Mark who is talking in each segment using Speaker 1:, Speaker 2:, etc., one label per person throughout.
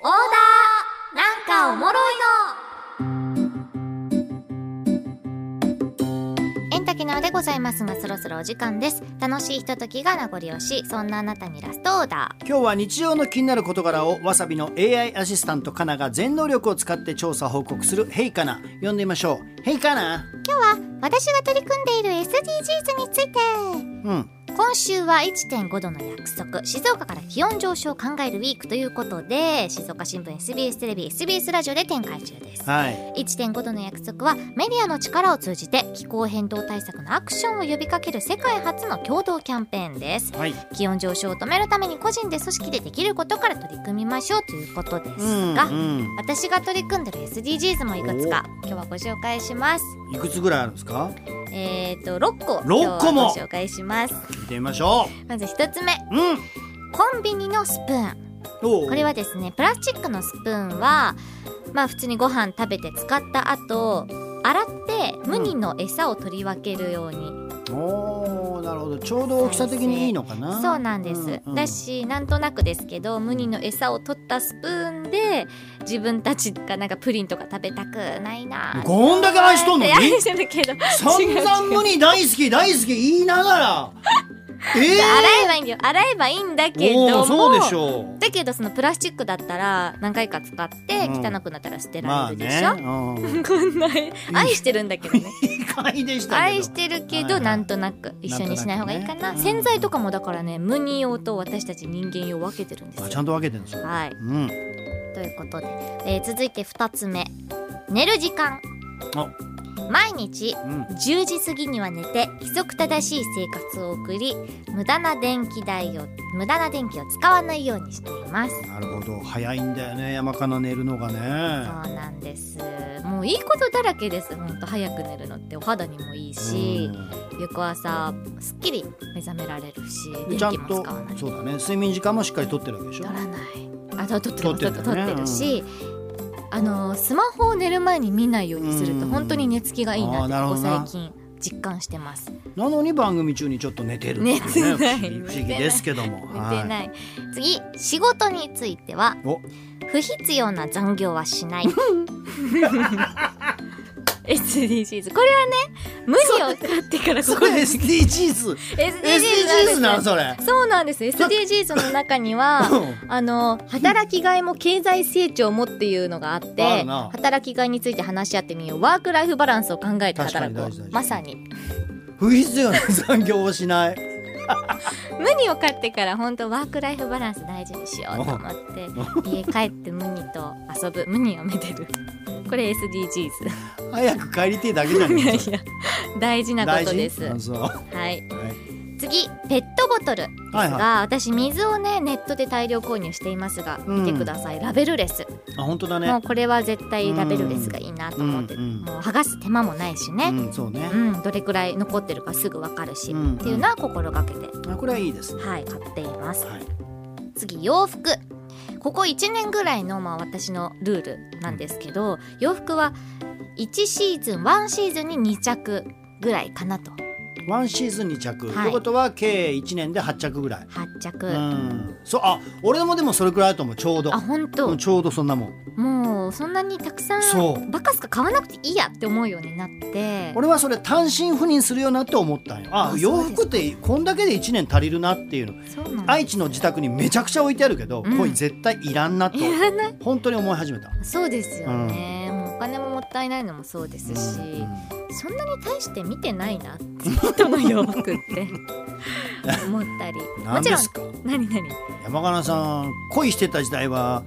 Speaker 1: オーダーなんかおもろいのエンタキナでございますがそろそろお時間です楽しいひとときが名残惜しいそんなあなたにラストオーダ
Speaker 2: 今日は日常の気になる事柄をわさびの AI アシスタントカナが全能力を使って調査報告する「ヘイカナ」呼んでみましょう「ヘイカナ
Speaker 1: ー今日は私が取り組んでいる SDGs について」
Speaker 2: うん
Speaker 1: 今週は1.5度の約束静岡から気温上昇を考えるウィークということで静岡新聞 SBS テレビ SBS ラジオで展開中です
Speaker 2: はい
Speaker 1: 1.5度の約束はメディアの力を通じて気候変動対策のアクションを呼びかける世界初の共同キャンペーンです
Speaker 2: はい
Speaker 1: 気温上昇を止めるために個人で組織でできることから取り組みましょうということです
Speaker 2: うん、
Speaker 1: が、
Speaker 2: うん、
Speaker 1: 私が取り組んでる SDGs もいくつか今日はご紹介します
Speaker 2: いくつぐらいあるんですか
Speaker 1: えっ、と6個
Speaker 2: 六個も
Speaker 1: 今日はご紹介します
Speaker 2: 聞いてみましょ
Speaker 1: まず1つ目
Speaker 2: ううん
Speaker 1: コンビニのスプーン
Speaker 2: おう
Speaker 1: これはですねプラスチックのスプーンはまあ普通にご飯食べて使った後洗って無二の餌を取り分けるように、
Speaker 2: おーなるほどちょうど大きさ的にいいのかな
Speaker 1: そうなんです、
Speaker 2: ううん
Speaker 1: だしなんとなくですけど無二の餌を取ったスプーンで自分たちがなんかプリンとか食べたくないな
Speaker 2: こんだけ愛しとんのに
Speaker 1: いや愛してるけど
Speaker 2: 散
Speaker 1: 違う違う
Speaker 2: 々無に大好き大好き言いな がらえ
Speaker 1: 洗えばいいんだよ洗えばいいんだ
Speaker 2: え
Speaker 1: けども
Speaker 2: そうでしょう
Speaker 1: だけどそのプラスチックだったら何回か使って
Speaker 2: うん
Speaker 1: 汚くなったら捨て
Speaker 2: ま
Speaker 1: ら
Speaker 2: あ
Speaker 1: れるで
Speaker 2: ね
Speaker 1: しょ、
Speaker 2: うん
Speaker 1: こんな愛してるんだ けどね
Speaker 2: 意外でしたけど
Speaker 1: 愛してるけど、
Speaker 2: はいはい
Speaker 1: なんとなく一緒にしない方がいいかな
Speaker 2: なんとなくね
Speaker 1: 洗剤とかもだからね無に用と私たち人間用分けてるんです
Speaker 2: あ
Speaker 1: よ
Speaker 2: ちゃんと分けてるんですよ
Speaker 1: はい
Speaker 2: うん
Speaker 1: ということで、えー続いて2つ目寝る時間
Speaker 2: あ
Speaker 1: 毎日
Speaker 2: うん
Speaker 1: 10時過ぎには寝て規則正しい生活を送り無駄な電気代を無駄な電気を使わないようにしています
Speaker 2: なるほど早いんだよね山かな寝るのが
Speaker 1: そう
Speaker 2: ね
Speaker 1: なんですもういいことだらけですほんと早く寝るのってお肌にもいいし翌朝すっきり目覚められるし
Speaker 2: うんで
Speaker 1: 電
Speaker 2: ちゃ
Speaker 1: 気
Speaker 2: ん
Speaker 1: も
Speaker 2: と
Speaker 1: 使わない
Speaker 2: そうだね睡眠時間もしっかりとってるわけでしょ
Speaker 1: 取らないあと取って
Speaker 2: 取
Speaker 1: る
Speaker 2: って
Speaker 1: 取っ
Speaker 2: る
Speaker 1: て
Speaker 2: よ
Speaker 1: る
Speaker 2: ね
Speaker 1: し、あのスマホを寝る前に見ないようにする
Speaker 2: う
Speaker 1: と
Speaker 2: ん
Speaker 1: 本当に寝つきがいい
Speaker 2: あーなる
Speaker 1: な
Speaker 2: ほ
Speaker 1: っ
Speaker 2: ど
Speaker 1: て
Speaker 2: な
Speaker 1: 最近実感してます寝
Speaker 2: なのに番組中にちょっと寝てるって
Speaker 1: 寝
Speaker 2: いう
Speaker 1: てない
Speaker 2: ね不思議不思議ですけども
Speaker 1: て
Speaker 2: はい
Speaker 1: ない、次仕事については
Speaker 2: お
Speaker 1: 不必要な残業はしない SDGs これはね無理を買ってからこ
Speaker 2: そ
Speaker 1: こ
Speaker 2: れ
Speaker 1: で SDGs
Speaker 2: SDGs SDGs
Speaker 1: な
Speaker 2: な
Speaker 1: んんです
Speaker 2: それ
Speaker 1: そうなんです SDGs の中には
Speaker 2: うん
Speaker 1: あの働きがいも経済成長もっていうのがあって
Speaker 2: あるな
Speaker 1: 働きがいについて話し合ってみようワークライフバランスを考えて働こ
Speaker 2: 確かに大事大
Speaker 1: う
Speaker 2: 事
Speaker 1: まさに
Speaker 2: 不必要な残業をしない
Speaker 1: 無にを買ってから本当ワークライフバランス大事にしようと思って家帰って無にと遊ぶ無にをめでる これ SDGs
Speaker 2: 早く帰りてえだけじゃ
Speaker 1: いや
Speaker 2: ね
Speaker 1: い や大事
Speaker 2: え
Speaker 1: な
Speaker 2: 大
Speaker 1: こと
Speaker 2: 事
Speaker 1: です
Speaker 2: あそうは
Speaker 1: はい
Speaker 2: い
Speaker 1: 次ペットボトルですが、
Speaker 2: はい
Speaker 1: 私水をねネットで大量購入していますが
Speaker 2: うん
Speaker 1: 見てください、ラベルレス
Speaker 2: あ本当だ
Speaker 1: も
Speaker 2: ね
Speaker 1: うこれは絶対ラベルレスがいいなと思って、
Speaker 2: うんうん
Speaker 1: もう剥がす手間もないし
Speaker 2: う
Speaker 1: ね、
Speaker 2: んそうね
Speaker 1: うんどれくらい残ってるかすぐ分かるし、
Speaker 2: うん
Speaker 1: っていうのは心がけて、
Speaker 2: あこれはいいです
Speaker 1: はい、買っています
Speaker 2: はい
Speaker 1: 次洋服ここ1年ぐらいの、まあ、私のルールなんですけど洋服は1シーズン1シーズンに2着ぐらいかなと
Speaker 2: ワンシーズン2着、
Speaker 1: はい
Speaker 2: ということは計1年で8着ぐらい、
Speaker 1: 8着、
Speaker 2: うんそうあ俺もでもそれくらいあると思うちょうど
Speaker 1: あ本当、
Speaker 2: うんちょうどそんなもん
Speaker 1: もうそんなにたくさ
Speaker 2: そ
Speaker 1: ん
Speaker 2: う
Speaker 1: バカすか買わなくていいやって思うようになって
Speaker 2: 俺はそれ単身赴任するよなって思ったんよあ
Speaker 1: あ
Speaker 2: 洋
Speaker 1: そうです
Speaker 2: 服ってこんだけで1年足りるなっていうの
Speaker 1: そうなんだ
Speaker 2: 愛知の自宅にめちゃくちゃ置いてあるけど、
Speaker 1: うん
Speaker 2: これ絶対いらんなと
Speaker 1: いらない
Speaker 2: 本当に思い始めた
Speaker 1: そうですよね、もうお金ももったいないのもそうですし、
Speaker 2: うん
Speaker 1: そんなに大して見てないなって人の洋服って思ったり も
Speaker 2: 何
Speaker 1: ち
Speaker 2: で
Speaker 1: ろん
Speaker 2: すか
Speaker 1: 何何
Speaker 2: 山形さん恋してた時代は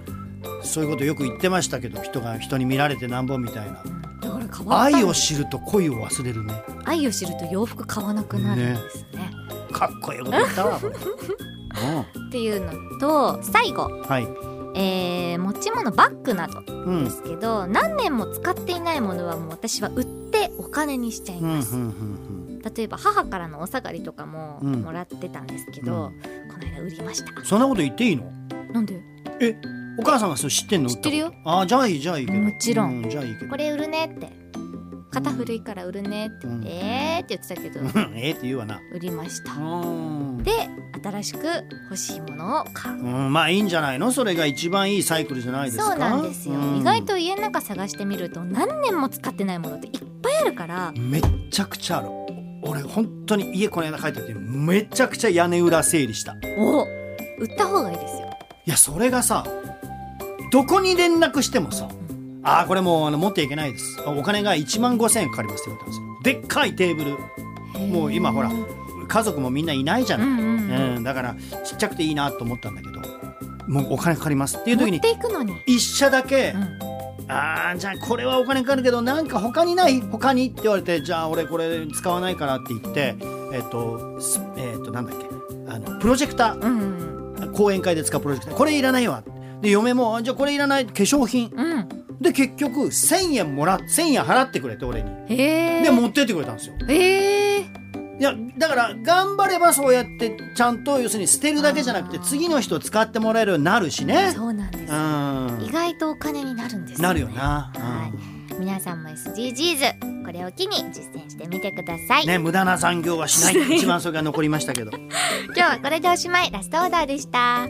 Speaker 2: そういうことよく言ってましたけど人が人に見られてなんぼみたいな
Speaker 1: だから変わった
Speaker 2: 愛を知ると恋を忘れるね
Speaker 1: 愛を知ると洋服買わなくなるんですね
Speaker 2: かっこいいこと言っ たわこれ
Speaker 1: っていうのと最後、
Speaker 2: うんはい、
Speaker 1: えー持ち物バッグなどで
Speaker 2: うん、うん
Speaker 1: すけど、何年も使っていないものはもう私は売ってお金にしちゃい
Speaker 2: うんうん
Speaker 1: ます、
Speaker 2: うん
Speaker 1: 例えば母からのお下がりとかも
Speaker 2: うん
Speaker 1: もらってたんですけど、
Speaker 2: う
Speaker 1: この間売りました
Speaker 2: そんなこと言っていいの
Speaker 1: なんで
Speaker 2: お母さんがそれ知ってんの
Speaker 1: 知ってるよ
Speaker 2: あじゃあいいじゃあいいけど
Speaker 1: もちろん
Speaker 2: うじゃあいいけど
Speaker 1: これ売るねって肩古いから売るねって、
Speaker 2: うん
Speaker 1: えーって言ってたけど
Speaker 2: うんええって言うわな
Speaker 1: 売りました
Speaker 2: うん
Speaker 1: で新しく欲しいものを買う
Speaker 2: うんまあいいんじゃないのそれが一番いいサイクルじゃないですか
Speaker 1: そうなんですよ、
Speaker 2: うん
Speaker 1: 意外と家の中探してみると何年も使ってないものっていっぱいあるから
Speaker 2: めっちゃくちゃある俺本当に家この間帰っててめちゃくちゃ屋根裏整理したい
Speaker 1: お売った方がいいですよ
Speaker 2: やそれがさどこに連絡してもさああこれもうあの持っていけないですお金が1万5000円かかりますって言われたんですよでっかいテーブルもう今ほら家族もみんないないじゃ
Speaker 1: う
Speaker 2: ない、
Speaker 1: んうん、うん
Speaker 2: うん、だからちっちゃくていいなと思ったんだけどもうお金かかりますっていう時
Speaker 1: 持
Speaker 2: に
Speaker 1: っていくのに、
Speaker 2: 一社だけ、
Speaker 1: うん
Speaker 2: あーじゃあこれはお金かかるけどなんか他にない他にって言われてじゃあ俺これ使わないからって言ってえっ、とすえっ、となんだっけあのプロジェクタ
Speaker 1: うんうん
Speaker 2: ー講演会で使うプロジェクターこれいらないわで嫁もあじゃあこれいらない化粧品
Speaker 1: うん
Speaker 2: で結局1000円もら1000円払ってくれて俺に
Speaker 1: へえ
Speaker 2: で持ってってくれたんですよ
Speaker 1: へえ
Speaker 2: いやだから頑張ればそうやってちゃんと要するに捨てるだけじゃなくて
Speaker 1: あー
Speaker 2: 次の人使ってもらえるようになるしね
Speaker 1: そうなんです、
Speaker 2: うん
Speaker 1: 意外とお金になるんですね
Speaker 2: なるよな、うん
Speaker 1: はい皆さんも SDGs これを機に実践してみてください、
Speaker 2: ね無駄な残業はしない一番それが残りましたけど
Speaker 1: 今日はこれでおしまいラストオーダーでした